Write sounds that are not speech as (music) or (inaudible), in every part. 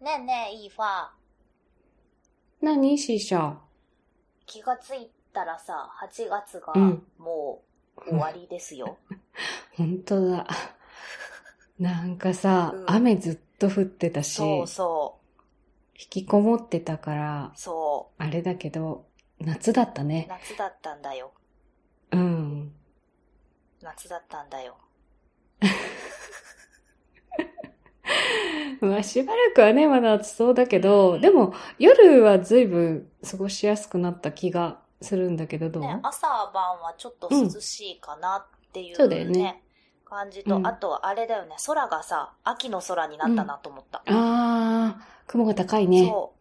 ねえねえ、イーファー。何シーシャ。気がついたらさ、8月がうんもう終わりですよ。本当だ。 (laughs) なんかさ、うん雨ずっと降ってたし、 (laughs) そうそ引きこもってたからう、、そあれだけど、夏だったう。ね。夏だったんだよ。うん。夏だったんだよ。まあしばらくはね、まだ暑そうだけど、でも夜は随分過ごしやすくなった気がするんだけど、どう、ね、朝晩はちょっと涼しいかなっていうね、そうだよね感じと、うんあとあれだよね、空がさ、秋の空になったなと思った。あー、雲が高いね。そ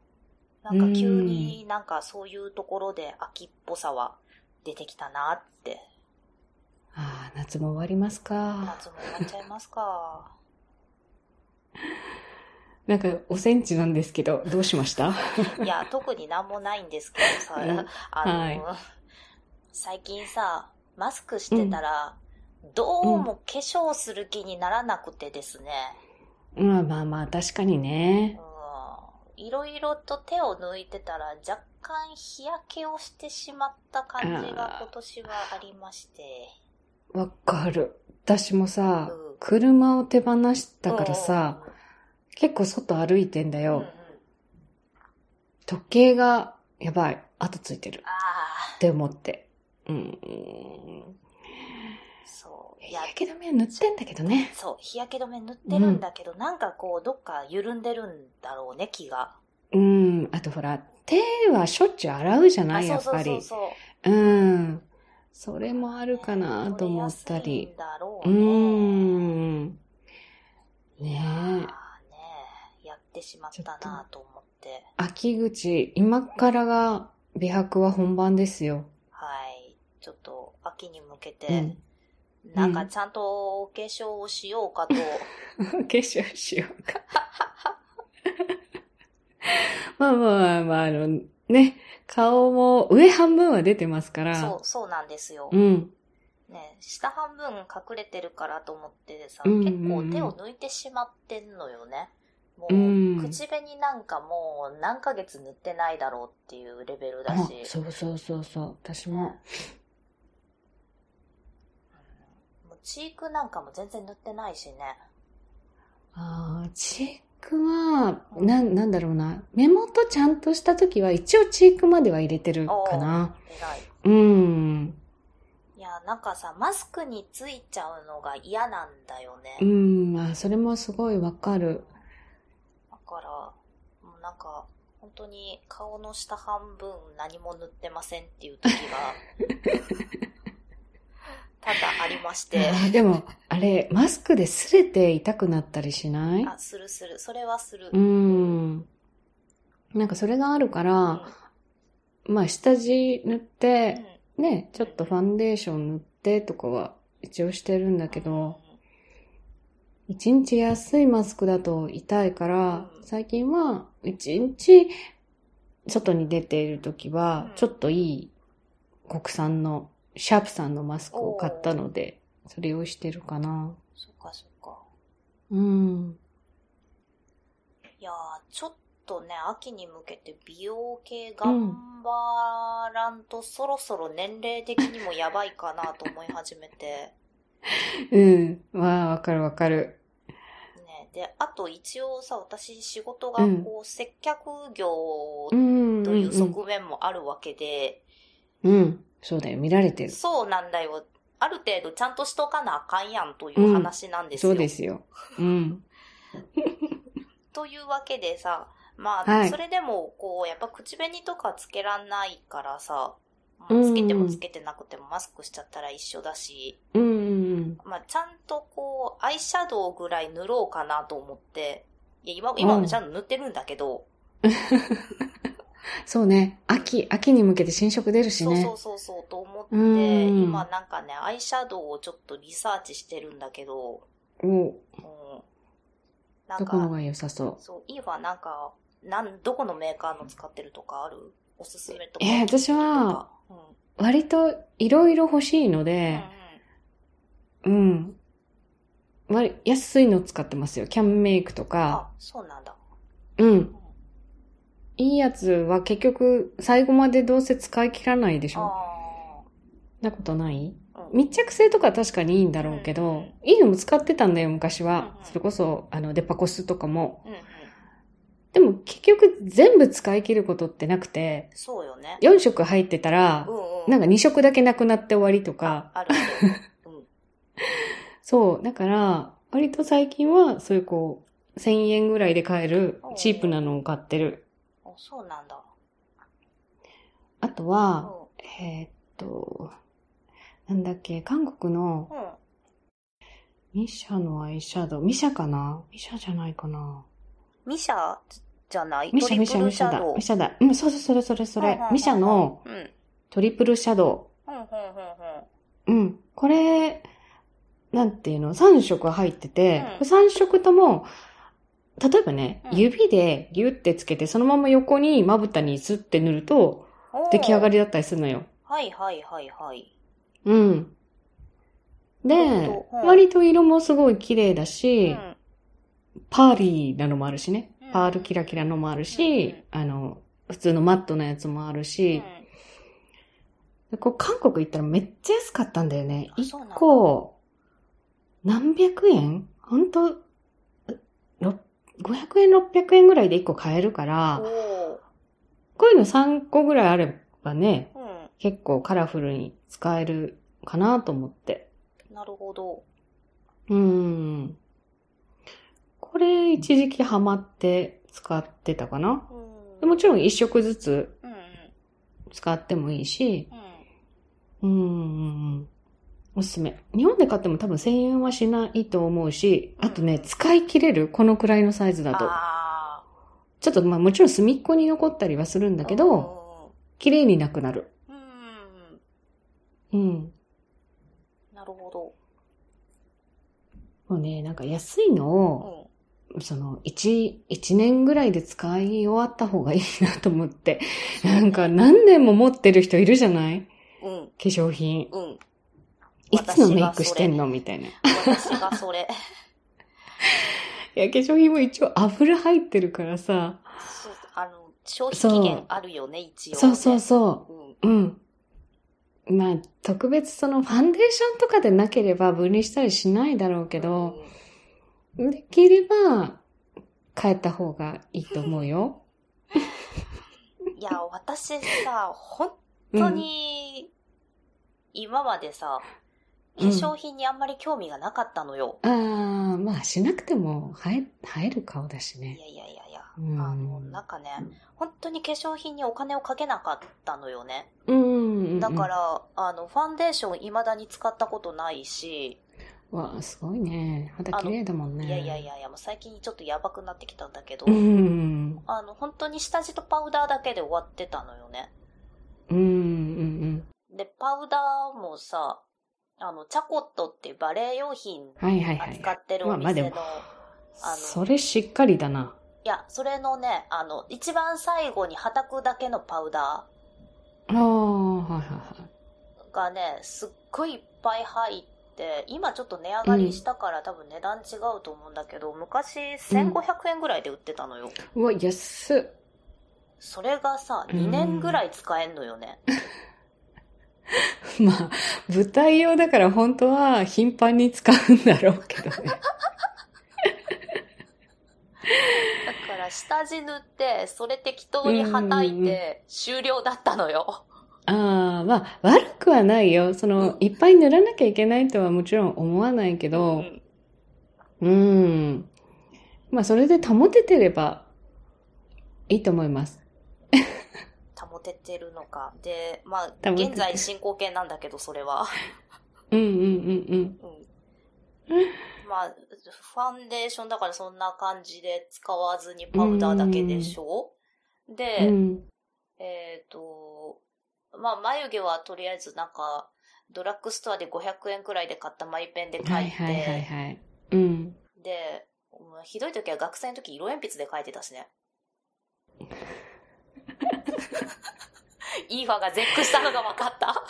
う。なんか急になんかそういうところで秋っぽさは出てきたなって。ああ、夏も終わりますか。夏も終わっちゃいますか。なんか、おセンチなんですけど、どうしました (laughs) いや、特になんもないんですけどさ、うんあの、はい最近さ、マスクしてたら、どうも化粧する気にならなくてですね、まあまあまあ、確かにね。うん、いろいろと手を抜いてたら若干日焼けをしてしまった感じがあー今年はありまして、わかる。私もさうん、車を手放したからさ、結構外歩いてんだうん、ようん。時計が、やばい、後ついてる。あっあ、て思って。うん。そう。い日や、焼け止めは塗ってんだけどね。そう、日焼け止め塗ってるんだけど、なんかこう、どっか緩んでるんだろうね、気が。うん。あとほら、手はしょっちゅう洗うじゃあ、ないそやうっそうぱそうり。そう。うん。それもあるかなと思ったり。取れやすいんだろううね。ーん。いやねえーねえやってしまったなと思って。秋口、今からが美白は本番ですよ。はい。ちょっと秋に向けうてん、なんかちゃんとお化粧をしようかと。 (laughs) 化粧しようか。 (laughs) まあまあまあ、まあ、あの、ね、顔も上半分は出てますから。そう、そうなんですよ。うん。ね、下半分隠れてるからと思ってさ、うん結構手を抜いてしまってんのよね。もう、うん口紅なんかもう何ヶ月塗ってないだろうっていうレベルだあし。そうそうそうそう。私も。もうチークなんかも全然塗ってないしね。ああ、チークは、なん、なんだろうな。目元ちゃんとした時は、一応チークまでは入れてるかな。偉い。うん。いや、なんかさ、マスクについちゃうのが嫌なんだよね。うん、あ、それもすごいわかる。だから、もうなんか、本当に顔の下半分何も塗ってませんっていう時が、 (laughs) 多々ありまして。あーでも、あれ、マスクで擦れて痛くなったりしないあ、するする。それはする。うーん。なんかそれがあるかうんら、まあ下地塗うって、んね、ちょっとファンデーション塗ってとかは一応してるんだけど、一日安いマスクだと痛いからう、ん最近は一日外に出ている時はう、んちょっといい国産のシャープさんのマスクを買ったので、それをしてるかな。そっかそっか。うん。いやー、ちょっとね、秋に向けて美容系頑張らんと、そろそろ年齢的にもやばいかなと思い始めて。うん。まあ、わかるわかる。ね、で、あと一応さ、私仕事がうんこう、接客業うん。といううん側面もあるわけで、うん。そうだよ。見られてる。そうなんだよ。ある程度ちゃんとしとかなあかんやんという話なんですそよ。うですよ。うん。というわけでさ、まあ、はいそれでも、こう、やっぱ口紅とかつけらんないからさ、うんうつんけてもつけてなくてもマスクしちゃったら一緒だし、うんうんまあ、ちゃんとこう、アイシャドウぐらい塗ろうかなと思って、いや、今、今うんもちゃんと塗ってるんだけど、そうね。秋、秋に向けて新色出るしそうね。そうそうそうと思って、うん今なんかね、アイシャドウをちょっとリサーチしてるんだけど、おうん。などんこのか、が良さそう。そう、いいわ、なんか、なん、どこのメーカーの使ってるとかあるおすすめとか。えー私は、うん。割といろいろ欲しいのうんうでん、うん。割、安いの使ってますよ。キャンメイクとあか、、そうなんだ。うん。いいやつは結局、最後までどうせ使い切らないでしょあなことないあ。うん密着性とかは確かにいいんだろうけうんうどん、いいのも使ってたんだよ、昔はうんう。んそれこそ、あの、デパコスとかも。うんうん。でも結局全部使い切ることってなくて、そうよね。 4色入ってたらう、んうん。なんか2色だけなくなって終わりとか、 (laughs) あるある。うん。そう、だから、割と最近は、そういうこう、1000円ぐらいで買えるおう、チープなのを買ってる。あそうなんだ。あとうん。は、えーっと、なんだっけ、韓国のうん。ミシャのアイシャドウ、ミシャかなミシャじゃないかなミシャじゃないミシャ、ミシャ、ミシャだ。ミシャだ。うん、そうそう、それそれそれ。ミシャのうん。うん、うん、トリプルシャドうん、うん。ウ。うん。これ、なんていうの ?3 色入ってて、うん3色とも、例えばね、うん指でギュってつけて、そのまま横にまぶたにスッて塗ると、おー出来上がりだったりするのよ。はいはいはいはい。うん。なるでほ、どうん割と色もすごい綺麗だうし、ん。パーリーなのもあるしねうん。パールキラキラのもあうるんしうん、あの、普通のマットなやつもあるし、でこう韓国行ったらめっちゃ安かったんだよね。あそうなんだ1個、何百円ほんと、ろ500円、600円ぐらいで1個買えるかおら、おこういうの3個ぐらいあればね、ー。う結構カラフルに使えるかなと思って。ん。なるほど。うーん。これ、一時期ハマって使ってたかな。うん。もちろん一色ずつうん、うん、使ってもいいし、うん。うーん。おすすめ。日本で買っても多分1000円はしないと思うし、あとね、使い切れるこのくらいのサイズだと。あちょっとまあもちろん隅っこに残ったりはするんーだけど、、綺麗になくなる。うんうんうん。うん。うん。なるほど。もうね、なんか安いのを、うん。その、1、1年ぐらいで使い終わった方がいいなと思って。なんか何年も持ってる人いるじゃないうん、化粧品。うん。いつのメイクしてんのみたいな。い私がそれ。や、化粧品も一応油入ってるからさ。そうあの、消費期限あるよね、一応。。そうそうそううん。う。うん。まあ、特別そのファンデーションとかでなければ分離したりしないだろうけど、できれば変えた方がいいと思うよ。うん、いや、私さ、本うん当。に、今までさ、化うん粧品にあんまり興味がなかったのよ。ああ、まあしなくても生え、生える顔だしいね。やいやいやいや。うんあの、なんかね、本当に化粧品にお金をかけなかったのよね。うんうんうん。だか。ら、あの、ファンデーション未だに使ったことないし、わあ、すごいね。肌綺麗だもんね。いやいやい。やいや、もう最近ちょっとやばくなってきたんだけどう、ん。あの、本当に下地とパウダーだけで終わってたのよね。うんうんで、パウダーもさ、あの、チャコットっていうバレエ用品うん。はいはいはい扱。ってるおまあまあで店の、もいあのそれしっかりだな。や、それのね、あの、一番最後にはたくだけのパウダああ、はいはいはい。ーがね、すっごいいっぱい入って、今ちょっと値上がりしたから多分値段違うと思うんだけど、昔1500円ぐらいで売ってたのよ。うわ、安っ。それがさ、うん2年ぐらい使えんのよ (laughs) ね。まあ、舞台用だから本当は頻繁に使うんだろうけど (laughs) ね。だから下地塗って、それ適当にはたいて、終了だったのよ。ああ、まあ、悪くはないよ。その、いっぱい塗らなきゃいけないとはもちろん思わないけうど、んうん。まあ、それで保ててればいいと思います。保ててるのか。で、まあ、保てて現在進行形なんだけど、それは。うんうんうんうん。うん。まあ、ファンデーションだからそんな感じで使わずにパウダーだけでしょで、うん。えっ、と、まあ、眉毛はとりあえずなんか、ドラッグストアで500円くらいで買った眉ペンでは描いいて、はいはいはい。うん。で、もうひどい時は学生の時色鉛筆で描いてた (laughs) しね。イーファが絶句したのが分かった。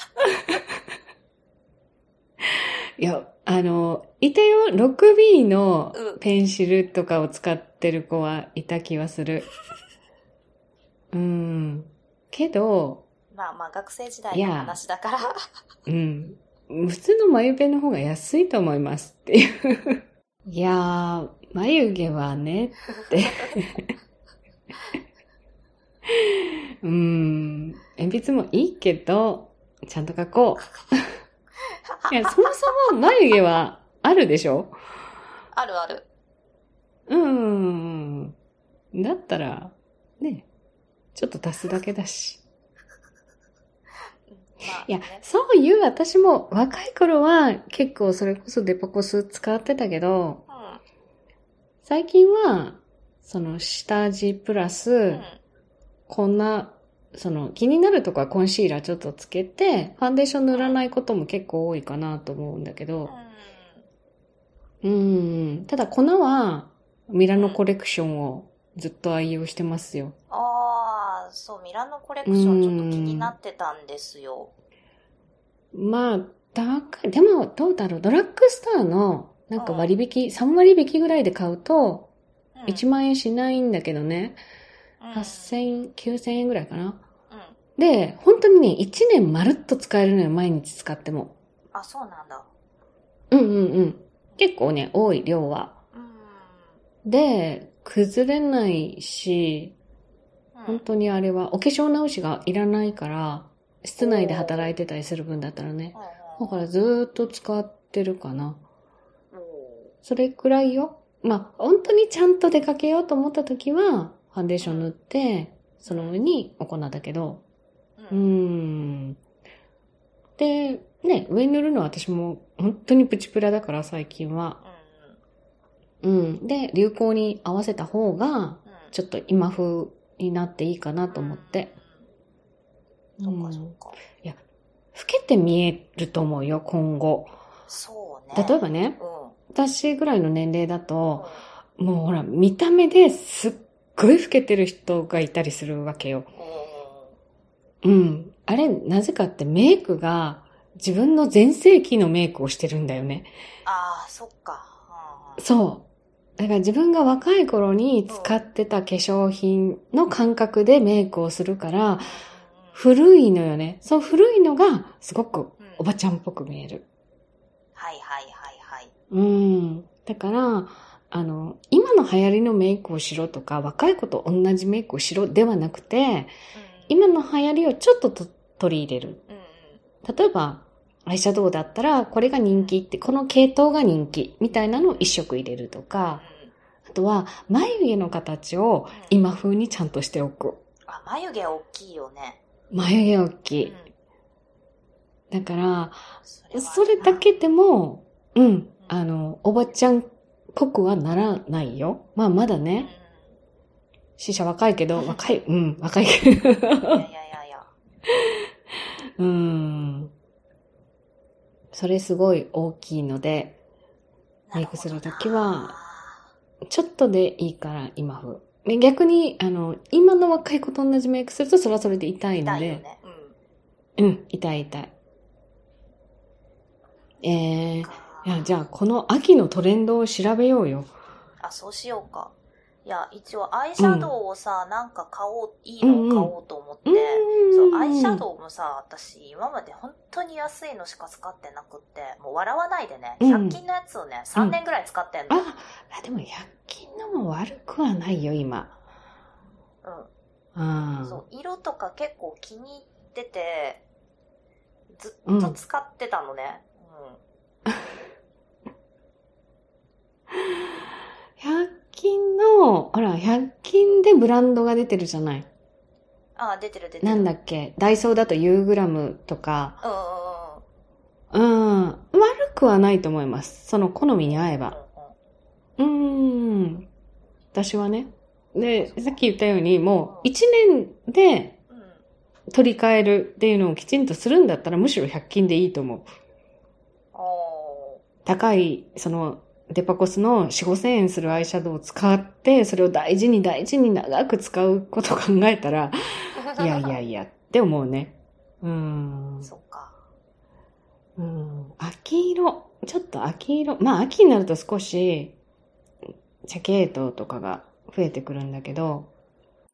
いや、あの、いたよ。6B のうんペンシルとかを使ってる子はいた気は (laughs) する。うん。けど、まあまあ学生時代の話だから。うん。普通の眉ペンの方が安いと思いますっていう。 (laughs) いやー、眉毛はね (laughs) って。うん。鉛筆もいいけど、ちゃんと描こう。いや、そもそも眉毛はあるでしょ (laughs) あるある。うん。だったら、ね、ちょっと足すだけだし。うんまあいやね、そういう私も若い頃は結構それこそデパコス使ってたけど、最近は、その下地プラうん。スうん、。こんな、その気になるとこはコンシーラーちょっとつけて、ファンデーション塗らないことも結構多いかなと思うんだけど、うん。ただ粉はミラノコレクションをずっと愛用してますよ。ああ、そう、ミラノコレクションちょっと気になってたんですよ。まあ、高い。でも、どうだろう。ドラッグストアの、なんか割引、3割引きぐらいで買うと、うん1万円しないんだけどね。うん8000円、9000円ぐらいかな。うん。で、本当にね、1年まるっと使えるのよ、毎日使っても。あ、そうなんだ。うんうんうん。結構ね、多い量は。うん。で、崩れないし、本当にあれは、お化粧直しがいらないから、室内で働いてたりする分だったらね。だからずーっと使ってるかな。ら、おそれくらいよ。まあ、本当にちゃんと出かけようと思った時は、ファンデーション塗って、その上にお粉だけど、ーううーん。ん。で、ね、上に塗るのは私も本当にプチプラだから最近は。うん。で、流行に合わせた方が、ちょっょっと今風になっていいかなと思って。。そううんか、そうか。老けて見えると思うよ、今後。そうね。例えばね、うん。うん。私ぐらいの年齢だと、もうほら、見た目ですっごい老けてる人がいたりするわけよ。うん。あれ、なぜかってメイクが自分の全盛期のメイクをしてるんだよね。ああ、そっか。うんそう。だから自分が若い頃に使ってた化粧品の感覚でメイクをするから、古いのよね。その古いのがすごくうんおばちゃんっぽく見える。はいはいはいはい。うん。だから、あの、今の流行りのメイクをしろとか、若い子と同じメイクをしろではなくて、今の流行りをちょっとと取り入れる。うん、うん例えば、アイシャドウだったら、これが人気って、この系統が人気みたいなのを一色入れるとか、うんあとは、眉毛の形を今風にちゃんとしておく。あ、眉毛大きいよね。眉毛大きうい。だから、それはそれだけでも、うん、あの、おばちゃんっぽくはならないよ。まあ、まだうん。いね、死者若いけど、若い、うん、若いけやいど。 (laughs) やいやいや。うん。それすごい大きいので、メイクする時はちょっとでいいから、今風。ね逆に、あの、今の若い子と同じメイクすると、それはそれで痛いなのるほどな、痛いよで、ね。うん。うん、痛い痛い。えー、いや、じゃあ、この秋のトレンドを調べようよ。あ、そうしようか。いや、一応アイシャドウをさ、なんか買おう、いいのを買おうと思って、そう、アイシャドウもさ、私、今まで本当に安いのしか使ってなくって、もう笑わないでね、うん100均のやつをね、3年ぐらい使ってんの。あ、あ、でも、100均のも悪くはないよ、今。うあん。ーそう、色とか結構気に入ってて、ずっと使ってたのね。うん。 100均の、ほら、100均でブランドが出てるじゃない。あ、出てる出てる。なんだっけ、ダイソーだとユーグラムとか、うんうんうんうん、悪くはないと思います。その好みに合えば。うーん。私はね。で、さっき言ったように、もう、1年でうんうん。うん。取り替えるっていうのをきちんとするんだったら、むしろ100均でいいと思う。お高い、その、デパコスの4、5千円するアイシャドウを使って、それを大事に大事に長く使うことを考えたら、ー。いやいや。いやって思うね。うーん。そっか。うん。秋色。ちょっと秋色、まあ秋になると少し、茶系統とかが増えてくるんだけど、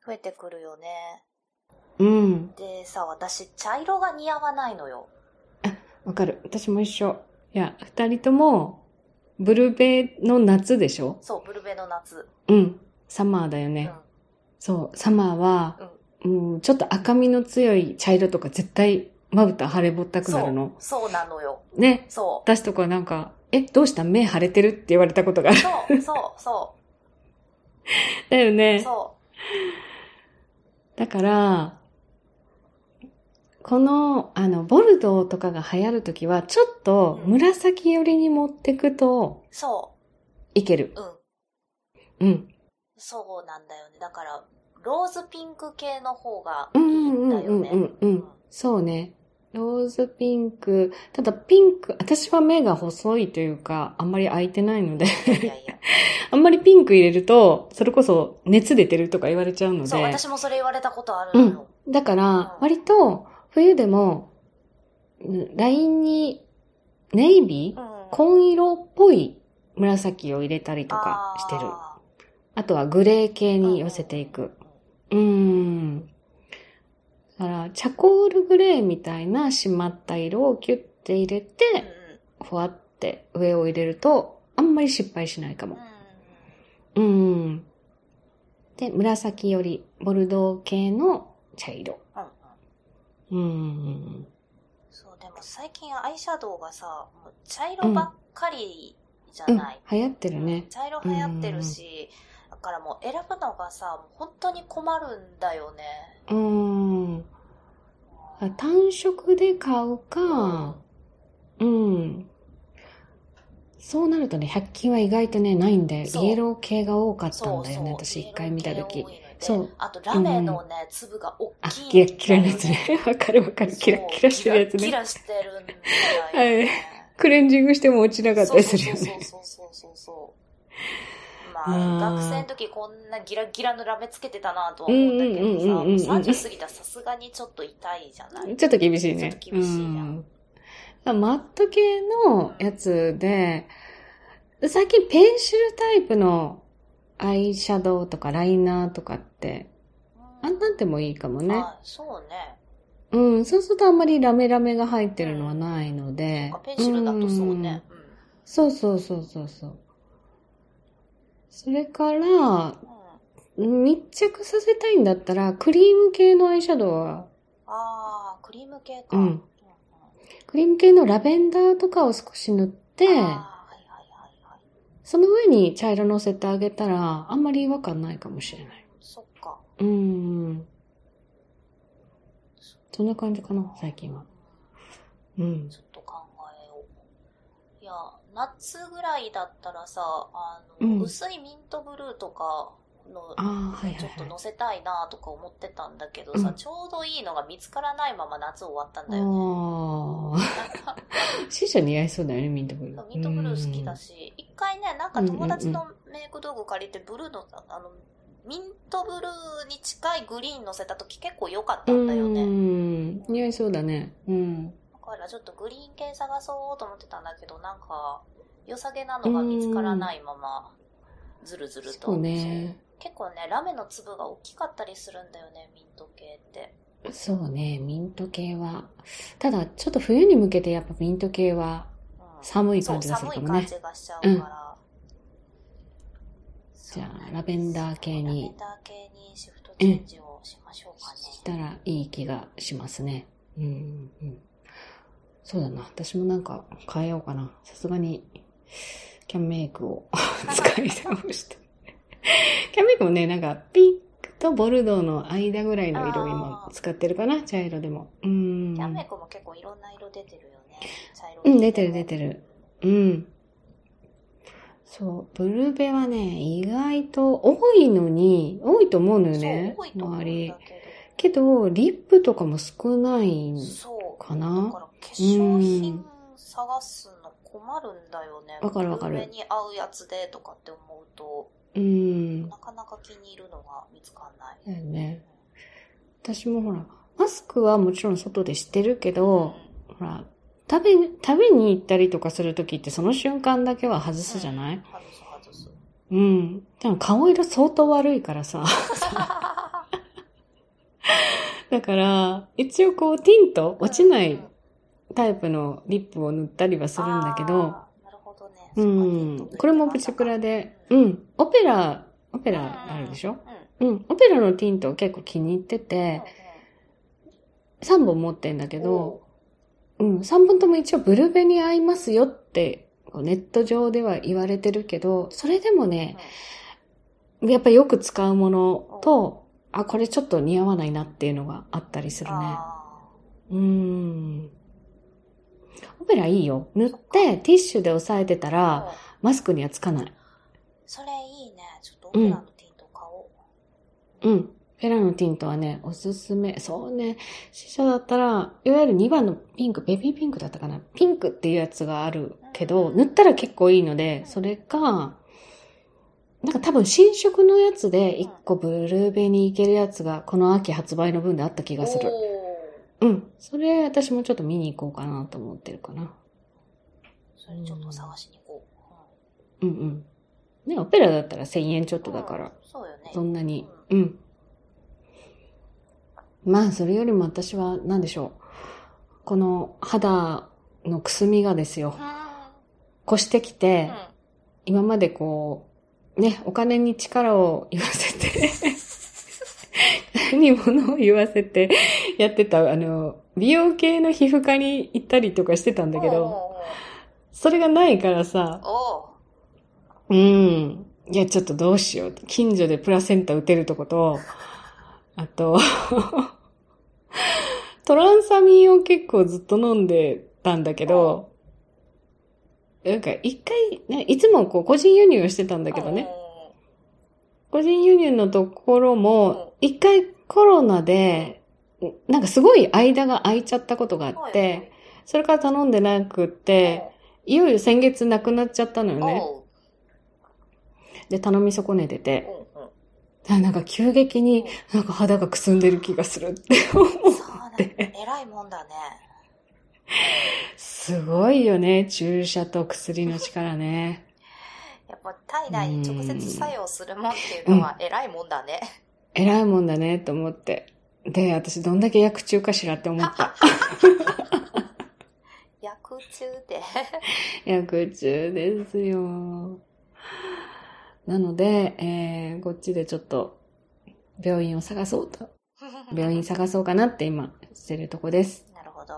増えてくるよね。うん、でさ、私、茶色が似合わないのよ。わかる。私も一緒。いや、二人とも、ブルベの夏でしょそう、ブルベの夏。うん。サマーだようね。ん。そう、サマーは、うん、ちょっと赤みの強い茶色とか絶対、まぶた腫れぼったくなるの。そうなのよ。ね。そ私とかなんか、え、どうした目腫れてるって言われたことがあ (laughs) う。る。そう、そう、そだよう、ね。そだから、この、あの、ボルドーとかが流行るときは、ちょっとうん紫寄りに持ってくとう、そいける。う、うん。うん。そうなんだよね。だから、ローズピンク系の方がいうんいうんんだうよんね。うんうん。そうね。ローズピンク。ただピンク、私は目が細いというか、あんまり開いてないので、 (laughs) いやいやいや。あんまりピンク入れると、それこそ熱出てるとか言われちゃうのそう、で。私もそれ言われたことあるのよ。だから、割と、冬でも、うんラインに、ネイビーうん。紺色っぽい紫を入れたりとかしてる。ああとはグレー系ーに寄せていく。。うんうーん。だから、チャコールグレーみたいな締まった色をキュッて入れうんて、ふわって上を入れると、あんまり失敗しないかうん。もうん。。うーん。で、紫よりボルドー系の茶色。うんうん。うーん。そう、でも最近アイシャドウがさ、もう茶色ばっかりじゃうん。ない。流行ってるね。茶色流行ってるし、だからもう選ぶのがさ、もう本当に困るんだよね。うーん。あ単色で買うか、うん。そうなるとね、100均は意外とね、ないんで、そうイエロー系が多かったそんうだそよう。ね、私一回見たと色系き多。いのでそう。あとラメのね、粒が大あ、きい。キラキラのやつね。 (laughs) わかるわかる。そう。キラキラしてるやつキラキね。ラしてるんだ (laughs) よね。クレンジングしても落ちなかったりするよね。そうそうそうそうそう。まあ、あー学生の時こんなギラギラのラメつけてたなとは思うんだけどさ、うんうんうんうんうんもう30過ぎたらさすがにちょっと痛いじゃない。ちょっと厳しいね。ちょっと厳しいねうんだからマット系のやつで、最近ペンシルタイプのアイシャドウとかライナーとかって、あんなんでもいいかもね。あそうね。うん、そうするとあんまりラメラメが入ってるのはないので。ペンシルだとそうね。うんうん。そうそうそうそうそう。それから、うん密着させたいんだったら、クリーム系のアイシャドウは、ああ、クリーム系か。うんうんうんクリーム系のラベンダーとかを少し塗って、あーはいはいはいはい。その上に茶色乗せてあげたら、あんまり違和感ないかもしれない。そっか。うん。そんな感じかな、最近は。うん。ちょっと考えよう。いや、夏ぐらいだったらさ、あの、うん薄いミントブルーとかの、ああ、はいはちょいっはとい。乗せたいなとか思ってたんだけどさ、うんちょうどいいのが見つからないまま夏終わったんだよね。ああ。シー (laughs) シャ似合いそうだよね、ミントブルー。ミントブルー好きだし、一回ね、なんか友達のメイク道具借りて、ブルーの、あの、ミントブルーに近いグリーン乗せた時結構良かったうんん。だよね。うん。似合いそうだね。うん。だからちょっとグリーン系探そうと思ってたんだけど、なんか、良さげなのが見つからないまま、ずるずると。そうね。結構ね、ラメの粒が大きかったりするんだよね、ミント系って。そうね、ミント系は。ただ、ちょっと冬に向けてやっぱミント系はうん寒いそ感う、じがす寒るかいも感ね。じがしちゃうから。うんじゃあラベンダー系そうラベにンダー系にシフトチェンジをしましょうかね。したらいい気がしますね。うん、うん。そうだな。私もなんか変えようかな。さすがに、キャンメイクを (laughs) 使い倒して。キャンメイクもね、なんかピンクとボルドーの間ぐらいの色を今あー使ってるかな。茶色でも。うん。キャンメイクも結構いろんな色出てるよね。茶色うん、出てる出てる。る。うん。そう、ブルベはね、意外と多いのに、多いと思うのよねそう、多い、と思うん周だけりど。。けど、リップとかも少ないそう。かだかな。ら化粧品探すの困るんだよね。うんわかるわかる上に合うやつでとかって思うと、うん。だなかなか気に入るのが見つかんない。よね。私もほら、マスクはもちろん外でしてるけど、ほら、食べ、食べに行ったりとかするときってその瞬間だけは外すじゃない、外す外す。うん、でも顔色相当悪いからさ。だから、一応こうティント、落ちなういんうんタイプのリップを塗ったりはするんだけど、あーなるほどね。。うん、これもプチプラで、うんん、オペラ、オペラあるでしょうん。うん、オペラのティントを結構気に入ってて、3本持ってんだけけど、、うん、3本とも一応ブルベに合いますよって、こうネット上では言われてるけど、それでもね、やっぱりよく使うものと、あ、これちょっと似合わないなっていうのがあったりするね。あうーん。オペラいいよ。塗ってティッシュで押さえてたーら、うんマスクにはつかない。それいいね。ちょっとオペラのティント買おう。うん。ペラのティントはね、おすすめ。そうね。死者だったら、いわゆる2番のピンク、ベビーピンクだったかな。ピンクっていうやつがあるけど、塗ったら結構いいので、それか、なんか多分新色のやつで1個ブルーベに行けるやつが、この秋発売の分であった気がする。おーうん。それ私もちょっと見に行こうかなと思ってるかな。それちょっと探しに行こうんうん。ね、オペラだったら1000円ちょっう。とだからうん。、そうよね。そんなに。うん。まあ、それよりも私は、何でしょう。この肌のくすみがですよう。ん。越してきて、今までこう、ね、お金に力を言わせて、 (laughs) 何物を言わせてやってた、あの、美容系の皮膚科に行ったりとかしてたんだけど、おーそれがないからさ、おうん。いや、ちょっとどうしよう。近所でプラセンタ打てると (laughs) こと、あと、 (laughs) トランサミンを結構ずっと飲んでたんだけど、なんか一回、ね、いつもこう個人輸入をしてたんだーけどね。。お個人輸入のところも、一回コロナで、なんかすごい間が空いちゃったことがあーって、、それから頼んでなくって、いよいよ先月なくなっちゃったのよおーね。おで、頼み損ねててー。うんうんあなんか急激になんか肌がくすんでる気がするって思う。そうなんだ。偉いもんだね。すごいよね。注射と薬の力ね。やっぱ体内に直接作用するもんっていうのは偉いもんだね。偉いもんだねと思って。で、私どんだけ薬中かしらって思 (laughs) った。薬中で。薬中ですよ。なので、えー、こっちでちょっと病院を探そうと、病院探そうかなって今してるとこです。なるほど。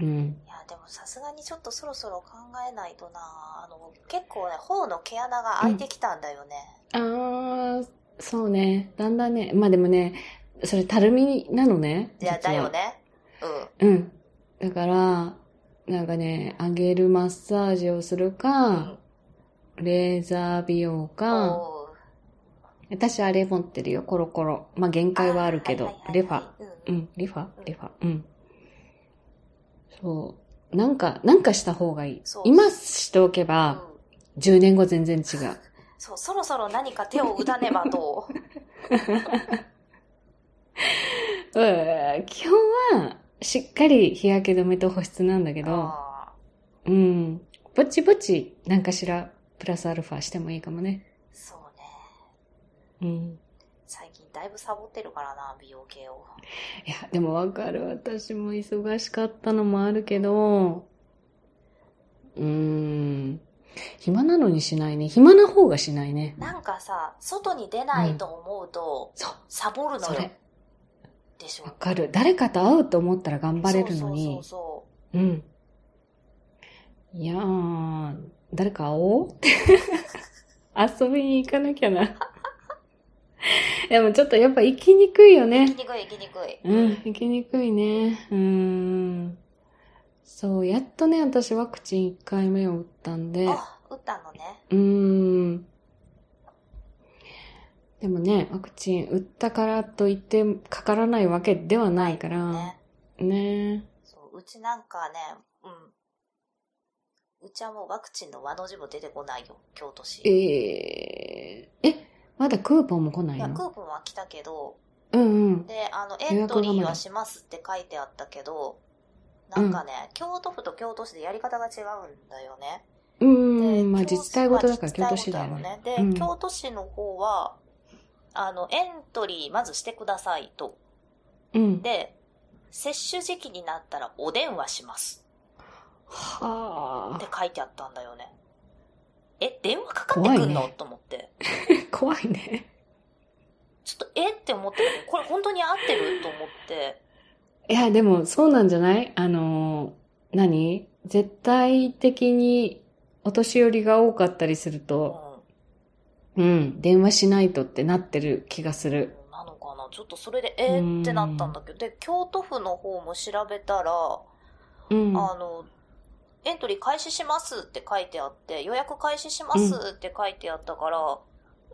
うん。いや、でもさすがにちょっとそろそろ考えないとな。あの、結構ね、頬の毛穴が開いてきたんだよね。あー、そうね。だんだんね、まあでもね、それたるみなのね。いや、実だはよね。うん。うん。だから、なんかね、あげるマッサージをするか、レーザー美容か、おう私あれ持ってるよ、コロコロ。まあ、限界はあるけど、レファ。。ううん。ん、リファうんレファうん。そう。なんか、なんかした方がいいそう。今しておけば、うん10年後全然違う。そう、そろそろ何か手を打たねばと。うん基本は、しっかり日焼け止めと保湿なんだけど、あーうん。ぼちぼち、なんかしら、プラスアルファしてもいいかもね。そうね。うん。最近だいぶサボってるからな、美容系を。いや、でもわかる。私も忙しかったのもあるけど、うーん。暇なのにしないね。暇な方がしないね。なんかさ、外に出ないと思うと、そサボるう、のそよれ。。でしょわ。かる。誰かと会うと思ったら頑張れるのに。そうそううん。いやー、誰か会おう (laughs) 遊びに行かなきゃな。 (laughs) でもちょっとやっぱ行きにくいようそう。ね行。きにくい、行きにくい。うん、行きにくいね。うーん。そう、やっとね、私ワクチン1回目を打ったんで、あ、打ったのね。うーん。でもね、ワクチン打ったからといってかからないわけではないから、ね。ね。そう、うちなんかね、うん。うちはもうワクチンの和の字も出てこないよ、京都市。えー、え、まだクーポンも来ないいや、クのーポンは来たけど、うんうん。で、あの、予エント約がまだリーはしますって書いてあったけど、なんかね、京都府と京都市でやり方が違うんだよね。うん、でまあ京都自治体ごとだから京まあ都自市治だ体よごとね。で、うん京都市の方は、あの、エントリーまずしてくださいと。うん。で、接種時期になったらお電話しますはってあ、書いてあったんだよね。え、電話かかってくんの、怖いねと思って。怖いね。ちょっと、えって思ってたけど、これ本当に合ってると思って。いや、でもそうなんじゃないあのー、何絶対的にお年寄りが多かったりするうと、ん。うん、電話しないとってなってる気がする。なのかなちょっとそれで、えーってなったんだけど、で、京都府の方も調べたら、うん。あの、エントリー開始しますって書いてあって、予約開始しますって書いてあったから、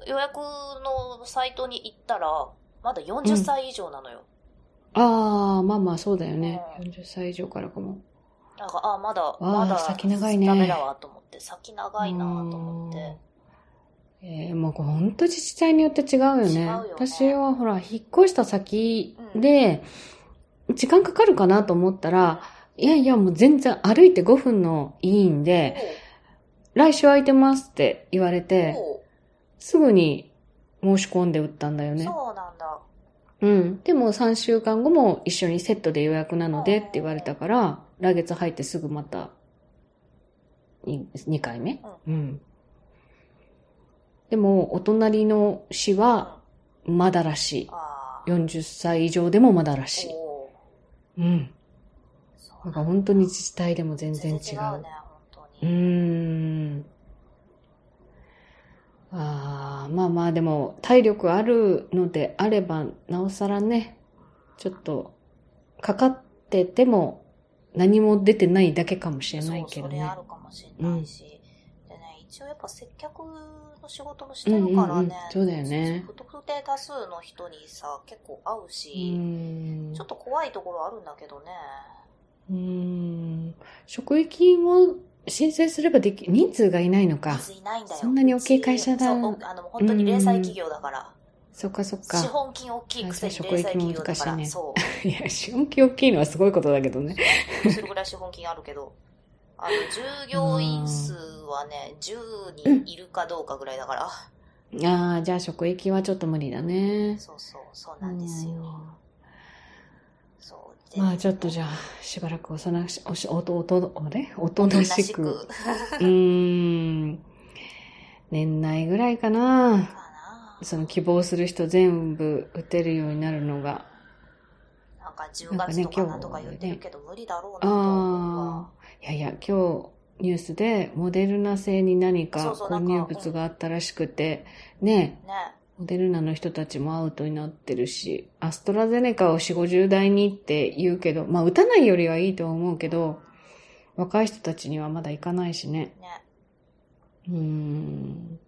予約のサイトに行ったら、まだ40歳以上なのよ。ああ、まあまあそうだよね。うん40歳以上からかも。なんか、あ、まだ、ーまだ、先長いねダメだわと思って、先長いなと思って。うん。えー、もうこれほんと自治体によって違うよね。違うよね私はほら、引っ越した先で、時間かかるかなと思ったら、いやいやもう全然歩いて5分の委員で、来週空いてますって言われおうて、おうすぐに申し込んで売ったんだよね。そうなんだ。うん。でも3週間後も一緒にセットで予約なのでって言われたから、来月入ってすぐまた、2回目うん。でも、お隣の市はまだらしあい。40歳以上でもまだらーしい。おううん。そうなんだか本当に自治体でも全然違う。全然違うね、本う当ーに。ん。ああ、まあまあでも体力あるのであればなおさらね、ちょっとかかってても何も出てないだけかもしれないけそうどそれねあ。るかもしれないし、でね一応やっぱ接客の仕事もしてるからね、うんうんうんそうだよね不特定多数の人にさ結構会ううーし、んちょっと怖いところあるんだけどねうーん。職域を申請すればでき、人数がいないのか。水いないんだよそんなに大きい会社だそうおあの本当に零細企業だから、そっかそっ資か。本金大きいくせにあそう零細企業だ職か域もら、難しいねそいや、資本金大きいのはすごいことだけどね。うそれぐらい資本金あるけどあの従業員数はね10人いるかどうかぐらいだから、ああ、じゃあ職域はちょっと無理だね。そうそうそうなんですよ、うんそうでまあちょっとじゃあしばらくおとなしおしおとおとおれおとおとななししくくうーん年内ぐらいかなかなその希望する人全部打てるようになるのがなんか10月とかなんとか言ってるけど無理だろうなと思うああいやいや今日ニュースでモデルナ製に何そかうそう購入物があったらしくてねわ。ね。モデルナの人たちもアウトになってるしアストラゼネカを4 5 0代にって言うけどまあ打たないよりはいいとは思うけど若い人たちにはまだ行かないしねね。うーん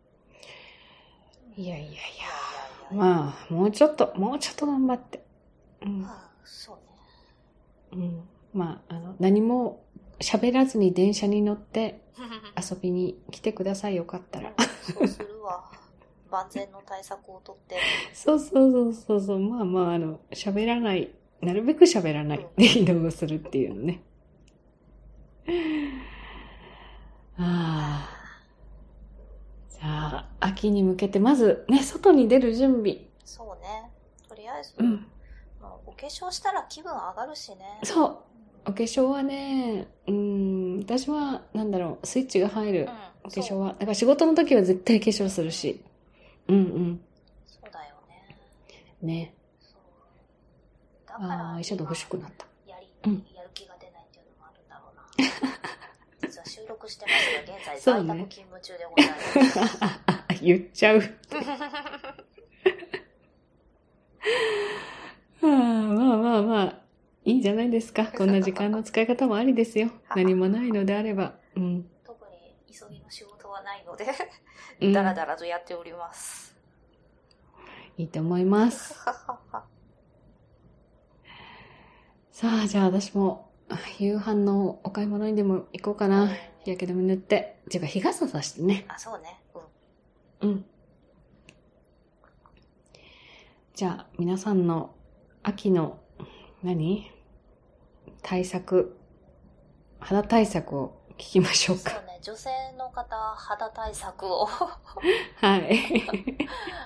いやいいやいやいや。やいや。まあ、もうちょっと、もうちょっと頑張って。うん。あ。そうね。うん、まあ、あの、何も喋らずに電車に乗って遊びに来てください、よかったら。そうするわ。万全の対策をとって。そうそうそうそうそう、まあまあ、あの、喋らない、なるべく喋らないで移動をするっていうのね。ああ。じゃあ、秋に向けて、まずね、外に出る準備。そうね。とりあえず、うん。もうお化粧したら気分上がるしね。そう。お化粧はね、うん、私は、なんだろう、スイッチが入るうん。。お化そう粧は。だから仕事の時は絶対化粧するし。うんそうだよね。うん。ね。そうだからああ、アイシャドウ欲しくな (laughs) った。やりうん、やる気が出ないっていうのもあるんだろうな。 (laughs) 実は収録してますが、現在在宅勤務中でございます。言っちゃう。 (laughs) はあ、まあまあまあ、いいんじゃないですか。こんな時間の使い方もありですよ。何もないのであれば。うん。特に急ぎの仕事はないので、うんだらだらとやっております。いいと思い (laughs) ます。さあ、じゃあ私も、あ夕飯のお買い物にでも行こうかな。日焼け止め塗って。っていうか、日傘さしてね。あ、そうね。うん。うん。じゃあ、皆さんの秋の、何対策、肌対策を聞きましょうそか。うね、女性の方、肌対策を。(laughs) (laughs) はい。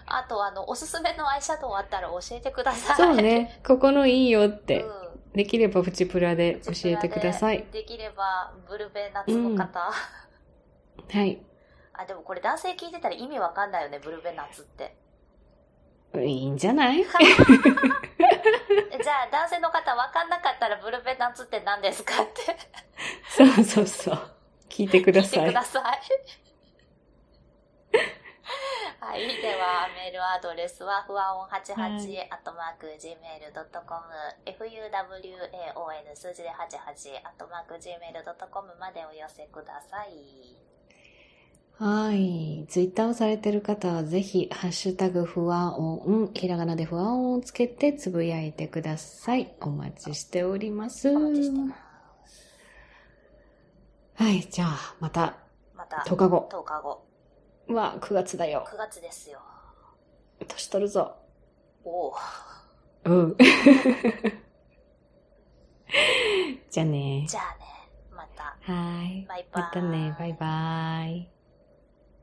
あと、あの、おすすめのアイシャドウあったら教えてください。そうね、ここのいいよっうん。て、できればプチプラで教えてください。できれば、ブルベナッツの方。はい。あ、でもこれ男性聞いてたら意味わかんないよね、ブルベナッツって。いいんじゃ (laughs) ないじゃあ、男性の方わかんなかったらブルベナッツって何ですかってそうそうそう。聞いてく聞だいてさくいだ。さい。はい、では、メールアドレスは、ふわおん88、はアットマーク、gmail.com、fuwaon 数字で88、アットマーク、gmail.com までお寄せください。はい。ツイッターをされてる方は、ぜひ、ハッシュタグ、不安音、ひらがなで不安音をつけて、つぶやいてください。お待ちしております。お待ちしてまはす。い。じゃあ、また、また、 10日後。 10日後、は、9月だよ。 9月ですよ。年取るぞ。おお。うん。 (laughs) じゃあね。じゃあね、また、はい。バイバイ。またね。バイバイ。